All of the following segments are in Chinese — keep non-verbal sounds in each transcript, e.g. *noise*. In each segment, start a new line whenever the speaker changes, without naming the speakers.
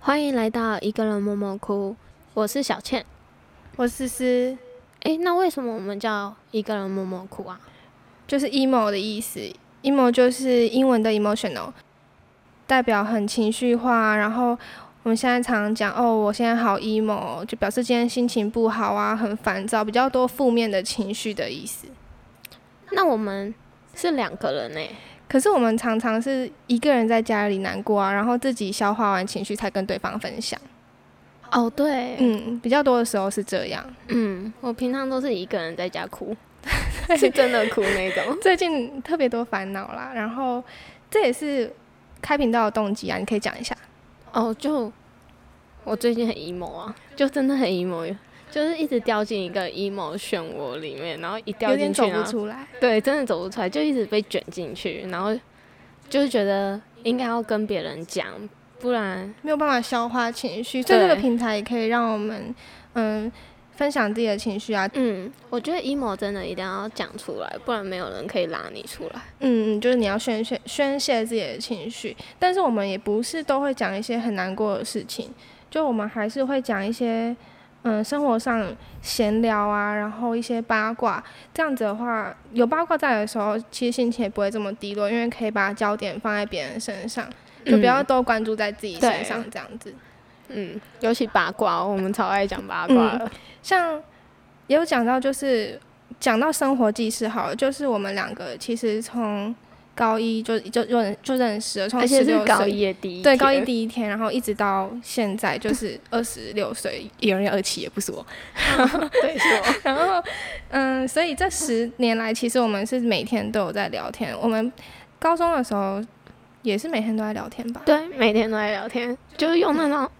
欢迎来到一个人默默哭，我是小倩。
我思思
诶，那为什么我们叫一个人默默哭啊？
就是 emo 的意思，emo 就是英文的 emotional，代表很情绪化。啊然后我们现在常讲哦，我现在好 emo，就表示今天心情不好啊，很烦躁，比较多负面的情绪的意思。
那我们是两个人诶，
可是我们常常是一个人在家里难过啊，然后自己消化完情绪才跟对方分享。
哦，对，嗯
嗯，比较多的时候是这样。
我平常都是一个人在家哭， *laughs* 是真的哭那种。
最近特别多烦恼啦，然后这也是开频道的动机啊，你可以讲一下。
哦，就我最近很 emo 啊，就真的很 emo，就是一直掉进一个 emo 漩涡里面，然后一掉
有
进
点
去，
走
然
不
后
出来。
对，真的走不出来，就一直被卷进去，然后就是觉得应该要跟别人讲，不然
没有办法消化情绪，所以这个
对
平台也可以让我们嗯分享自己的情绪啊，
嗯，我觉得 emo 真的一定要讲出来，不然没有人可以拉你出来。
嗯，就是你要宣泄宣泄自己的情绪，但是我们也不是都会讲一些很难过的事情，就我们还是会讲一些嗯生活上闲聊啊，然后一些八卦，这样子的话有八卦在的时候，其实心情也不会这么低落，因为可以把焦点放在别人身上，就不要都关注在自己
对
身上这样子。
嗯，尤其八卦，我们超爱讲八卦的。
像也有讲到，就是讲到生活记事好了，就是我们两个其实从高一就就就认就认识了，从
而且是
16岁
高一的第一天，
对高一第一天，然后一直到现
*laughs*
在就是二十六岁，有人要二七也不是我。
对是 *laughs* 我
然后嗯，所以这十年来，其实我们是每天都有在聊天。我们高中的时候也是每天都在聊天吧？
对，每天都在聊天，就是用那种，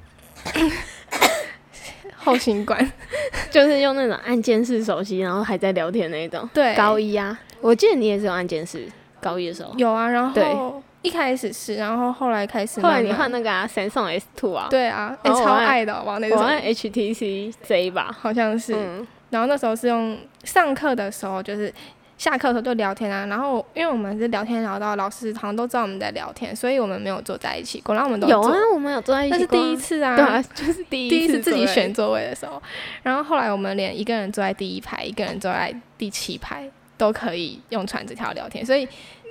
后勤管
就是用那种按键式手机，然后还在聊天那种。
对
高一啊，我记得你也是有按键式，高一的时候。
有啊，然
对
后一开始是，然后后来开始
后
慢
来
慢，
你换那个啊，Samsung S Two 啊，
对啊，哎、
哦我
超
按
爱的，好不好？那
我
种
按 HTC J 吧，
好像是。
嗯，
然后那时候是用上课的时候，就是下课的时候就聊天啊。然后因为我们是聊天聊到老师好像都知道我们在聊天，所以我们没有坐在一起过。然后我们都
有啊
坐，
我们有坐在一起，
那是第一，次啊，
对啊，就是第一
第一次自己
坐在
选座位的时候。然后后来我们连一个人坐在第一排，一个人坐在第七排都可以用传纸条聊天，所以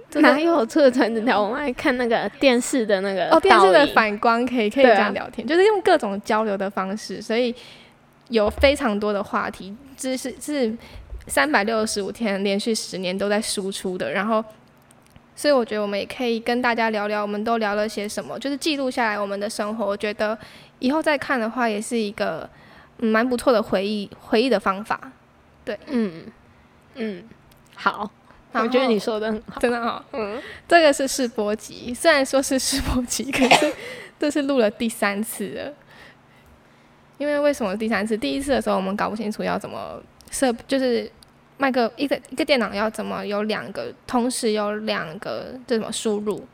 真的
哪有这个传纸条？我们爱看那个电视的那个
哦，电视的
倒影
反光可以可以
对啊
这样聊天，就是用各种交流的方式，所以有非常多的话题，这是是三百六十五天连续十年都在输出的，然后。所以我觉得我们也可以跟大家聊聊，我们都聊了些什么，就是记录下来我们的生活。我觉得以后再看的话，也是一个嗯蛮不错的回忆回忆的方法。
嗯嗯，好，
然
我觉得
后
你说的很好。
*laughs* 真的哈、
嗯，
这个是试播集，虽然说是试播集，可
*laughs*
是这是录了第三次了。因为为什么第三次？第一次的时候我们搞不清楚要怎么设，就是麦克一个一个电脑要怎么有两个，同时有两个这什么输入。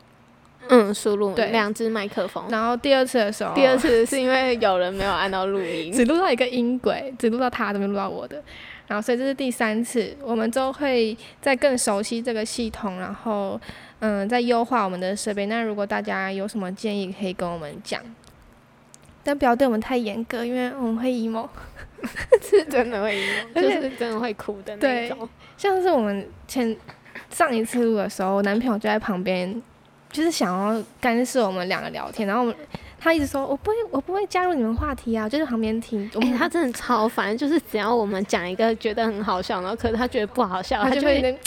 嗯，输入
对
两只麦克风。
然后第二次的时候，
哦第二次是因为有人没有按到录音。
只录到一个音轨，只录到他的，没录到我的。然后，所以这是第三次，我们都会再更熟悉这个系统，然后，嗯，再优化我们的设备。那如果大家有什么建议，可以跟我们讲，但不要对我们太严格，因为我们会 emo。
*laughs* 是真的会赢，
而
就
且
是真的会哭的那
对
种。
像是我们前上一次录的时候，我男朋友就在旁边，就是想要干涉我们两个聊天，然后我们他一直说，我不会，我不会加入你们话题啊，我就在旁边听。我
哎、
们、
他真的超烦，就是只要我们讲一个觉得很好笑，然后可是他觉得不好笑，
他
他
就
就
会
会 *laughs*
那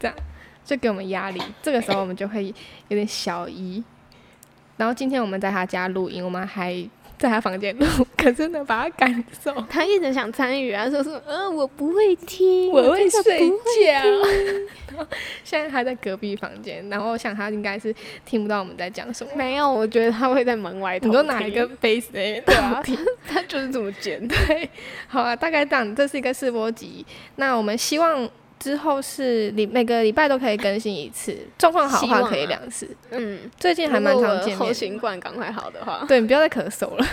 这样，就给我们压力。这个时候我们就会有点小疑。然后今天我们在他家录音，我们还在他房间录，可是呢，把他赶走。
他一直想参与啊，说是嗯、我不会听，
我
真
会
的
睡
不
觉。 *laughs* 现在他在隔壁房间，然后我想他应该是听不到我们在讲什么。
*laughs* 没有，我觉得他会在门外偷听。
你说哪一个杯子在那边
对啊
偷听？
*laughs*
*laughs*
他就是这么剪的。
好啊，大概这样，这是一个试播集。那我们希望之后是礼每个礼拜都可以更新一次，状况好的
希
话
望啊
可以两次。
嗯，
最近还蛮常见面
后
的。
*laughs* 勤冠赶快好的话，
对你不要再咳嗽了。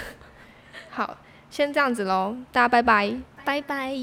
好，先这样子喽，大家拜拜。
拜拜。